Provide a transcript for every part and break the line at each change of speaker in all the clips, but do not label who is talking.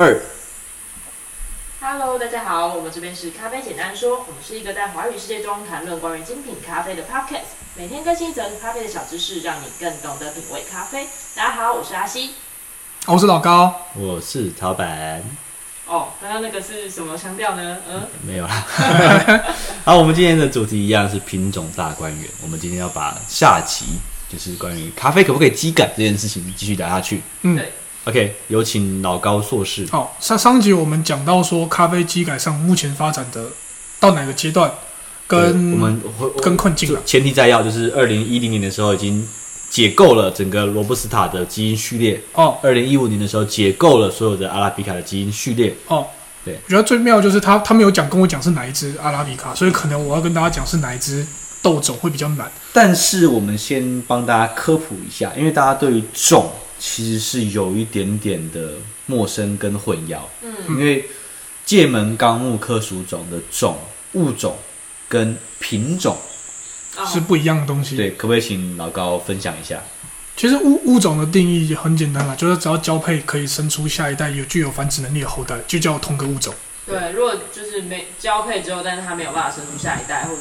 二
Hello，大家好，我们这边是咖啡简单说，我们是一个在华语世界中谈论关于精品咖啡的 podcast，每天更新一则咖啡的小知识，让你更懂得品味咖啡。大家好，我是阿西。
我是老高，
我是陶板，
哦，刚刚那个是什么腔调呢？嗯，
没有啦。 好，我们今天的主题一样是品种大观园。我们今天要把下集就是关于咖啡可不可以积感这件事情继续聊下去。
嗯，
对，
OK，有请老高硕士。
好、上上集我们讲到说咖啡机改上目前发展的到哪个阶段，跟
对我们会
跟困境啊了，
前提摘要就是二零一零年的时候已经解构了整个罗布斯塔的基因序列，
哦
二零一五年的时候解构了所有的阿拉比卡的基因序列。
哦，
对
我觉得最妙就是他他没有讲跟我讲是哪一只阿拉比卡，所以可能我要跟大家讲是哪一只豆种会比较难，
但是我们先帮大家科普一下，因为大家对于种其实是有一点点的陌生跟混淆，
嗯，
因为界门纲目科属种的种物种跟品种，
是
哦，
不一样的东西。，
对，可不可以请老高分享一下？
其实物物种的定义也很简单啦，就是只要交配可以生出下一代有具有繁殖能力的后代，就叫同个物种。
对，如果就是没交配之后，但是它没有办法生出下一代或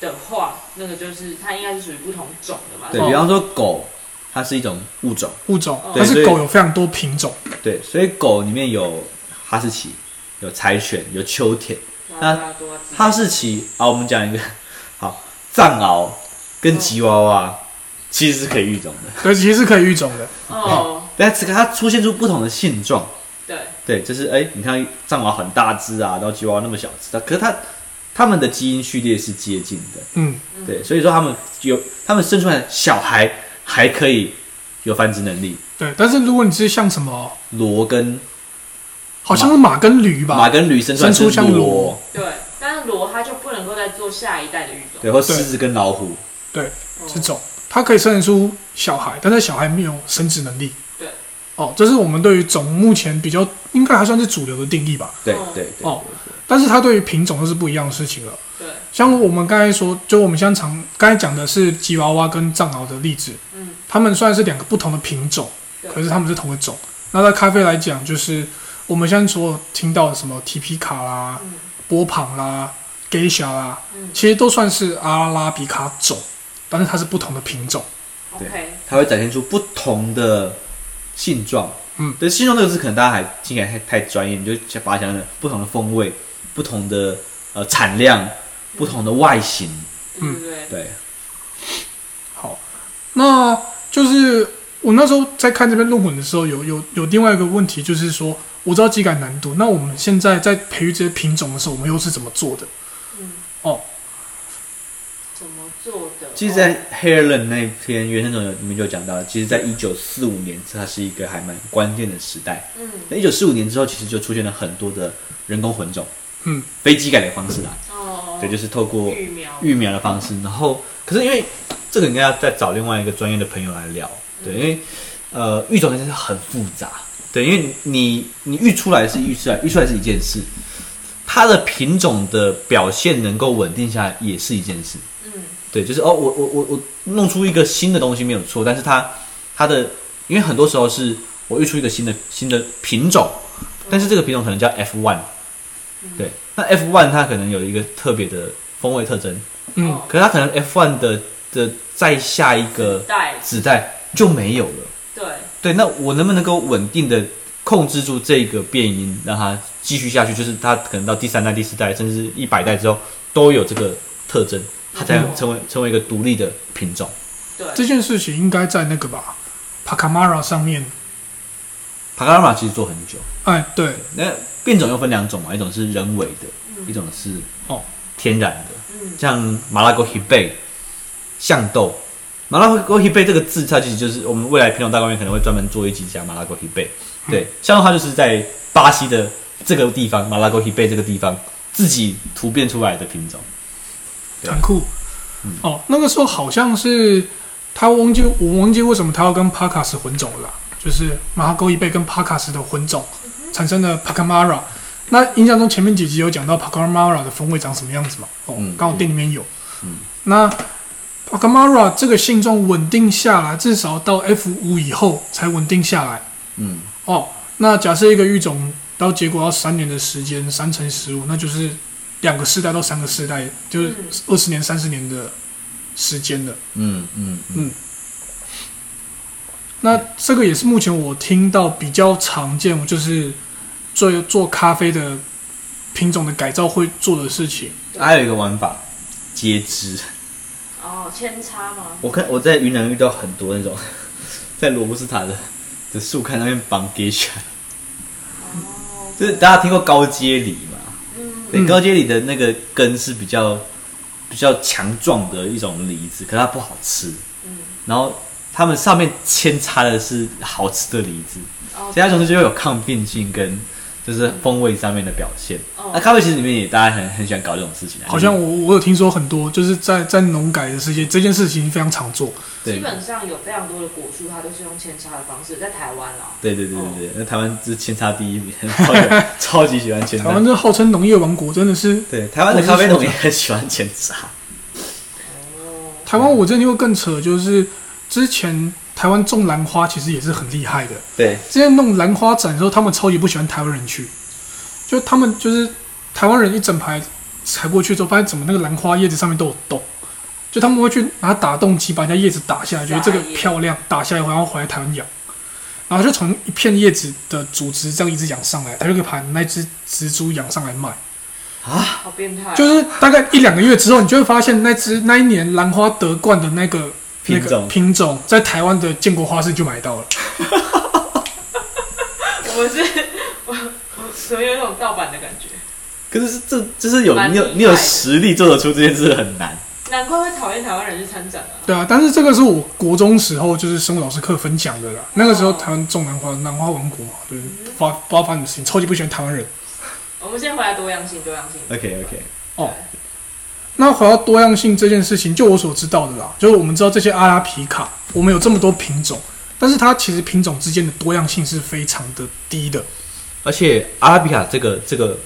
的话，那个就是它应该是属于不同种的嘛。
对
哦
比方说狗，它是一种物种，
物种，
哦
但
对
是
所以
狗有非常多品种，
对，所以狗里面有哈士奇，有柴犬，有秋田，
拉布拉多之类的
哈士奇啊，我们讲一个好，藏獒跟吉娃娃其实是可以育种的。
对，其实是可以育种的。
哦，
但此刻它出现出不同的性状，
对，
对，就是哎、你看藏獒很大只啊，然后吉娃娃那么小只，可是它它们的基因序列是接近的，
嗯，
对，所以说它们有它们生出来的小孩还可以有繁殖能力，
对。但是如果你是像什么，
骡跟
好像是马跟驴吧，
马跟驴生出来
生出
是
像
骡，
对，但是螺它就不能够再做下一代的育种。
对，或狮子跟老虎，
哦
这种，它可以生得出小孩，但是小孩没有生殖能力。
对，
哦，这是我们对于种目前比较应该还算是主流的定义吧。
对
哦
对对
哦，但是它对于品种又是不一样的事情了。
对，
像我们刚才说，就我们现在常刚才讲的是吉娃娃跟藏獒的例子，
嗯，
它们虽然是两个不同的品种，
对
可是它们是同个种。那在咖啡来讲，就是我们现在所听到的什么提皮卡啦、
嗯
波旁啦、geisha 啦，
嗯
其实都算是阿拉比卡种，但是它是不同的品种。
，OK，
它会展现出不同的性状。
嗯，
对，性状这个字可能大家还听起来太太专业，你就把它想成不同的风味、不同的呃产量、不同的外形。
对对对，
对，
好，那就是我那时候在看这篇论文的时候，有有有另外一个问题，就是说我知道机改难度，那我们现在在培育这些品种的时候，我们又是怎么做的？
嗯，
哦，
怎么做的？
其实，
哦
在 Harlan 那篇原生种里面就有讲到，其实，在一九四五年，它是一个还蛮关键的时代。
嗯
那一九四五年之后，其实就出现了很多的人工混种，
嗯，
非机改的方式啦，
哦，
对，就是透过
育苗，
育苗的方式。然后，可是因为这个应该要再找另外一个专业的朋友来聊，对，因为呃，育种真的是很复杂，对，因为你你育出来是育出来，育出来是一件事，它的品种的表现能够稳定下来也是一件事，
嗯
对，就是哦，我我我我弄出一个新的东西没有错，但是它它的因为很多时候是我育出一个新的新的品种，但是这个品种可能叫 F one，
嗯
对，那 F one 它可能有一个特别的风味特征。
嗯，
哦
可是他可能 F1 的的再下一个
带，
子代就没有了。
对，
对，那我能不能够稳定的控制住这个变音，让它继续下去？就是它可能到第三代、第四代，甚至一百代之后都有这个特征，它才
嗯
成为成为一个独立的品种。
这
对，
件事情应该在那个吧，Pacamara 上面，
帕卡拉玛其实做很久，
哎，对，
那变种又分两种嘛，一种是人为的，
嗯
一种是
哦
天然的。
嗯，
像马拉狗 hebe 象豆，马拉狗 hebe 这个字，它其实就是我们未来品种大观园可能会专门做一集讲马拉狗 hebe。对，
嗯
象豆它就是在巴西的这个地方，马拉狗 hebe 这个地方自己突变出来的品种。对嗯
很酷。哦，那个时候好像是他忘记我忘记为什么他要跟帕卡斯混种了啦，就是马哈沟一贝跟帕卡斯的混种产生了帕卡马拉。那印象中前面几集有讲到帕卡马拉的风味长什么样子嘛？哦
嗯，
刚好店里面有。那帕卡马拉这个性状稳定下来，至少到 F 五以后才稳定下来。
嗯，
哦，那假设一个育种然后结果要三年的时间，三乘十五，那就是两个世代到三个世代，就是
嗯
二十年、三十年的时间了。
嗯嗯嗯
那这个也是目前我听到比较常见，就是做做咖啡的品种的改造会做的事情。
还有一个玩法，截枝。
哦，扦插吗？
我看我在云南遇到很多那种在罗布斯塔的的树干上面绑 g e s h a
哦，
就是大家听过高阶梨嘛？
嗯，
对，
嗯
高阶梨的那个根是比较比较强壮的一种梨子，可是它不好吃。
嗯
然后他们上面扦插的是好吃的梨子，
哦，
其他同时就会有抗病性跟就是风味上面的表现。
哦
那咖啡其实里面也大家很很喜欢搞这种事情啊，
好像
就是
我我有听说很多，就是在在农改的世界，这件事情非常常做。
基
对
本上有非常多的果树，它都是用扦插的方式，在台湾啦。
对对对对
哦
对，那台湾是扦插第一名，超级超级喜欢扦
台湾
插。
这号称农业王国，真的是
对，台湾的咖啡农也很喜欢扦插。
哦，
台湾，我真的会更扯，就是之前台湾种兰花其实也是很厉害的。
对，
之前弄兰花展的时候，他们超级不喜欢台湾人去，就他们就是台湾人一整排踩过去之后，发现怎么那个兰花叶子上面都有洞，就他们会去拿打洞机把人家叶子打下来，觉得这个
打叶
漂亮，打下来然后回来台湾养，然后就从一片叶子的组织这样一直养上来，他就可以把那只植株养上来卖。
好变态，啊
就是大概一两个月之后，你就会发现那只那一年兰花得冠的那个
品种
那个品种，在台湾的建国花市就买到了。
我们是， 我我怎么有一种盗版的感觉？
可是是这就是有
蛮
你有
厉害的
你有实力做得出这件事很难。
难怪会讨厌台湾人去参展啊！
对啊，但是这个是我国中时候就是生物老师课分享的啦。那个时候台湾种兰花，兰花王国嘛，对，发不知道发生什么事情，超级不喜欢台湾人。
我们先回来多样性，多样性。
OK OK，
那回到多样性这件事情，就我所知道的啦，就是我们知道这些阿拉皮卡，我们有这么多品种，但是它其实品种之间的多样性是非常的低的。
而且阿拉比卡这个这个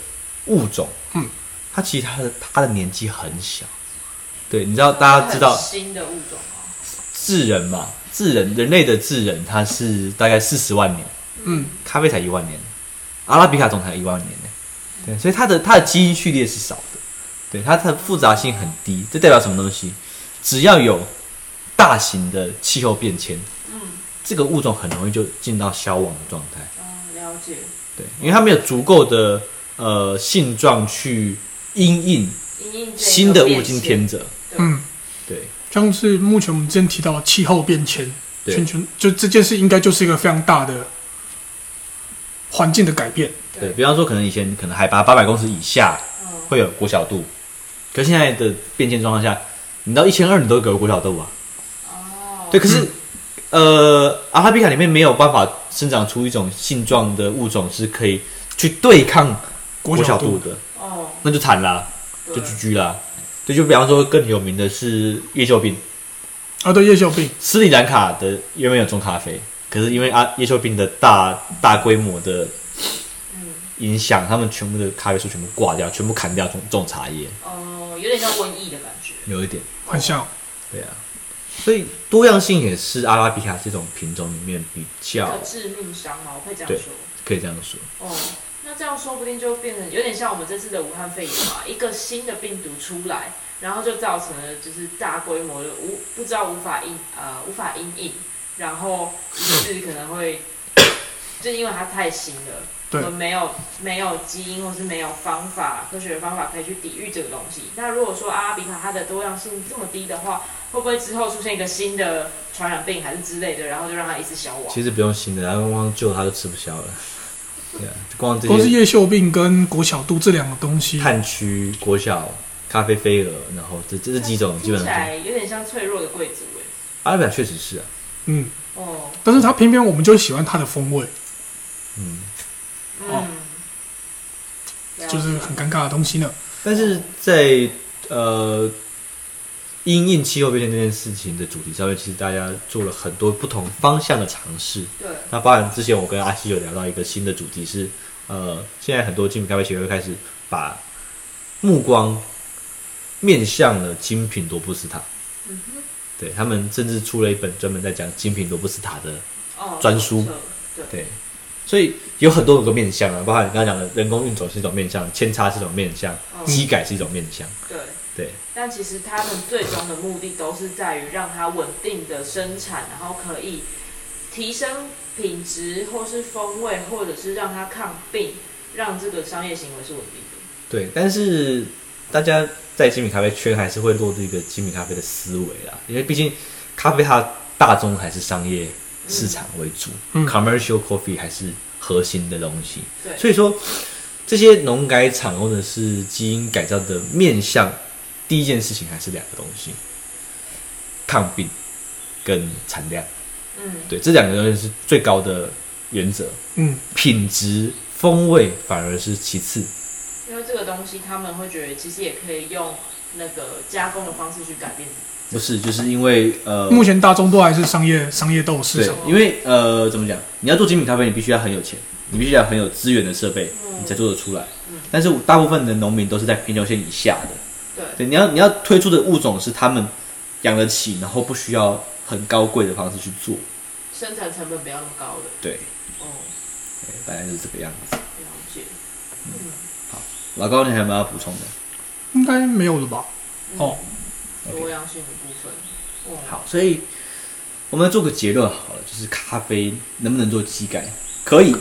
物种，
嗯，
它其实它的它的年纪很小。对，你知道大家知道
很新的物种哦，
智人嘛？智人人类的智人，它是大概四十万年，
嗯，
咖啡才一万年，阿拉比卡总才一万年呢。对，所以它的它的基因序列是少的，对，它它的复杂性很低。这代表什么东西？只要有大型的气候变迁，
嗯，
这个物种很容易就进到消亡的状态。
哦，了解，
对，因为它没有足够的呃性状去因应
因应这个
新的物
变
竞
迁
天择。
嗯，
对，
像是目前我们之前提到的气候变迁，
对
全球就这件事应该就是一个非常大的环境的改变。
对比方说，可能以前可能海拔八百公尺以下
嗯，
会有国小度，可是现在的变迁状况下，你到一千二你都有国小度啊。
哦，
对，可是、呃，阿拉比卡里面没有办法生长出一种性状的物种是可以去对抗
国
小
小
度
度
的，
哦，
那就惨啦，
对
就 GG 啦。对，就比方说更有名的是叶锈病。
啊，对，叶锈病，
斯里兰卡的原本有种咖啡，可是因为阿叶修病的大大规模的
嗯
影响，他们全部的咖啡树全部挂掉，全部砍掉种种茶叶，
哦，有点像瘟疫的感觉，
有一点
很像。
对啊。所以多样性也是阿拉比卡这种品种里面比
一
较
个致命伤嘛，我会这样
对
说。
可以这样说，
哦，那这样说不定就变成有点像我们这次的武汉肺炎嘛，一个新的病毒出来，然后就造成了就是大规模的无不知道无法应呃无法应应，然后以致可能会 就因为它太新了，我
对
们没有没有基因或是没有方法科学的方法可以去抵御这个东西。那如果说阿拉比卡它的多样性这么低的话，会不会之后出现一个新的传染病还是之类的，然后就让它一直消亡？
其实不用新的，然后光旧的它都吃不消了。对啊，就光这
都是
些
叶锈病跟国小度这两个东西，
炭区、国小、咖啡飞蛾，然后这这这几种基
听
本
起
上就
来有点像脆弱的贵族哎、
阿拉比卡确实是啊，
嗯，
哦，
但是它偏偏我们就喜欢它的风味，
嗯，
哦
嗯，了解
就是很尴尬的东西呢。
但是在呃，因应气候变迁这件事情的主题上面，其实大家做了很多不同方向的尝试。
对，
那包含之前我跟阿西有聊到一个新的主题是，呃，现在很多精品咖啡协会开始把目光面向了精品罗布斯塔，
嗯哼，
对他们甚至出了一本专门在讲精品罗布斯塔的
哦，
专书
手册对，
对，所以有很多个面向啊，包含你刚刚讲的人工运走是一种面向，扦插是一种面向，
嗯
机改是一种面向，
对。
对。
但其实他们最终的目的都是在于让它稳定的生产，然后可以提升品质，或是风味，或者是让它抗病，让这个商业行为是稳定的。
对，但是大家在精品咖啡圈还是会落入一个精品咖啡的思维啦，因为毕竟咖啡它大宗还是商业市场为主、
嗯
c o m m e r c i a l coffee 还是核心的东西。
对
所以说这些农改厂或者是基因改造的面向，第一件事情还是两个东西：抗病跟产量。
嗯，
对，这两个东西是最高的原则，
嗯，
品质、风味反而是其次。
因为这个东西他们会觉得其实也可以用那个加工的方式去改变。
不是，就是因为呃，
目前大众都还是商业商业斗士
对
场，，
因为呃，怎么讲？你要做精品咖啡，你必须要很有钱，你必须要很有资源的设备，
嗯
你才做得出来。但是大部分的农民都是在贫穷线以下的。
对
对，你要你要推出的物种是他们养得起，然后不需要很高贵的方式去做。
生产成本不要那么高的。
对，
哦，
对大概就是这个样子。
了解。
老高，你还有没有要补充的？
应该没有了吧？
嗯
哦，
多样性的部分。哦，
好，所以我们做个结论好了，就是咖啡能不能做机改？可以，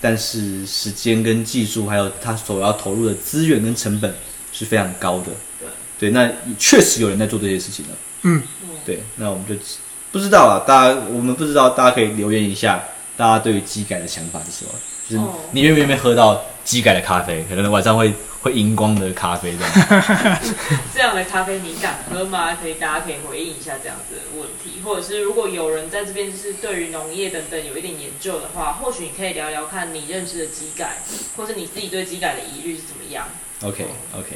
但是时间跟技术，还有它所要投入的资源跟成本是非常高的。
对
对，那确实有人在做这些事情了。
嗯，
对，那我们就不知道了。大家我们不知道，大家可以留言一下，大家对于机改的想法是什么？就是
哦
你愿不愿意喝到机改的咖啡？可能晚上会会荧光的咖啡这样。
这样的咖啡你敢喝吗？可以，大家可以回应一下这样子的问题，或者是如果有人在这边就是对于农业等等有一点研究的话，或许你可以聊聊看你认识的机改，或是你自己对机改的疑虑是怎么样。
OK OK OK，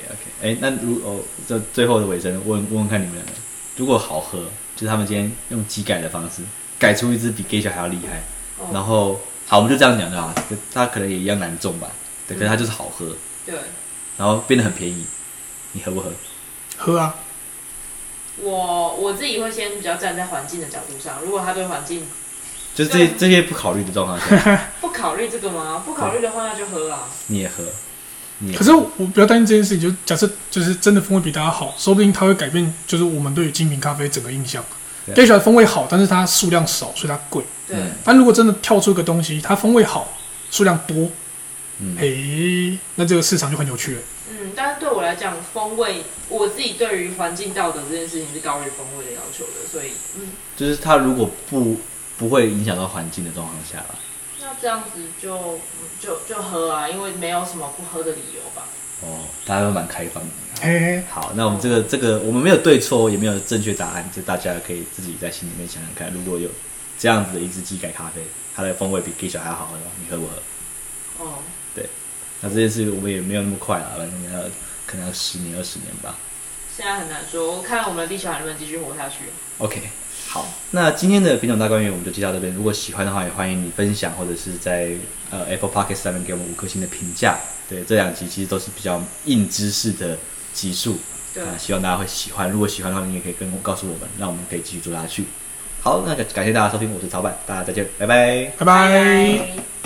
哎、那如哦，这最后的尾声，问问问看你们两个，如果好喝，就是他们今天用机改的方式改出一支比 Geisha 还要厉害，
哦
然后好，我们就这样讲就好了。它可能也一样难种吧，对，可是它
嗯
就是好喝，
对
然后变得很便宜，你喝不喝？
喝啊，
我我自己会先比较站在环境的角度上，如果他对环境
就是这
对啊
这些不考虑的状况下，
不考虑这个吗？不考虑的话，那就喝啊。
你也喝，你也喝
可是我比较担心这件事情，就假设就是真的风味比大家好，说不定它会改变就是我们对于精品咖啡整个印象。
对
g a 的风味好，但是它数量少，所以它贵。
对，
嗯
但如果真的跳出一个东西，它风味好，数量多，
嗯
诶、那这个市场就很有趣了。
嗯，但是对我来讲，风味我自己对于环境道德这件事情是高于风味的要求的，所以嗯，
就是它如果不不会影响到环境的状况下吧，
那这样子就嗯就就喝啊，因为没有什么不喝的理由吧。
哦，大家都蛮开放的。
嘿嘿，
好，那我们这个这个我们没有对错，也没有正确答案，就大家可以自己在心里面想想看，如果有这样子的一支机改咖啡，它的风味比 Geisha 还要好喝，你喝不喝？
哦，
那这件事我们也没有那么快啦，反正要可能要十年二十年吧。
现在很难说，我看我们的地球还能不能继续活下去。
OK，好，那今天的品种大观园我们就介绍到这边。如果喜欢的话，也欢迎你分享，或者是在呃 Apple Podcast 上面给我们五颗星的评价。对，这两集其实都是比较硬知识的集数，
对，
啊，希望大家会喜欢。如果喜欢的话，你也可以跟我告诉我们，让我们可以继续做下去。好，那感感谢大家收听，我是曹板，大家再见，拜拜。
拜拜。
拜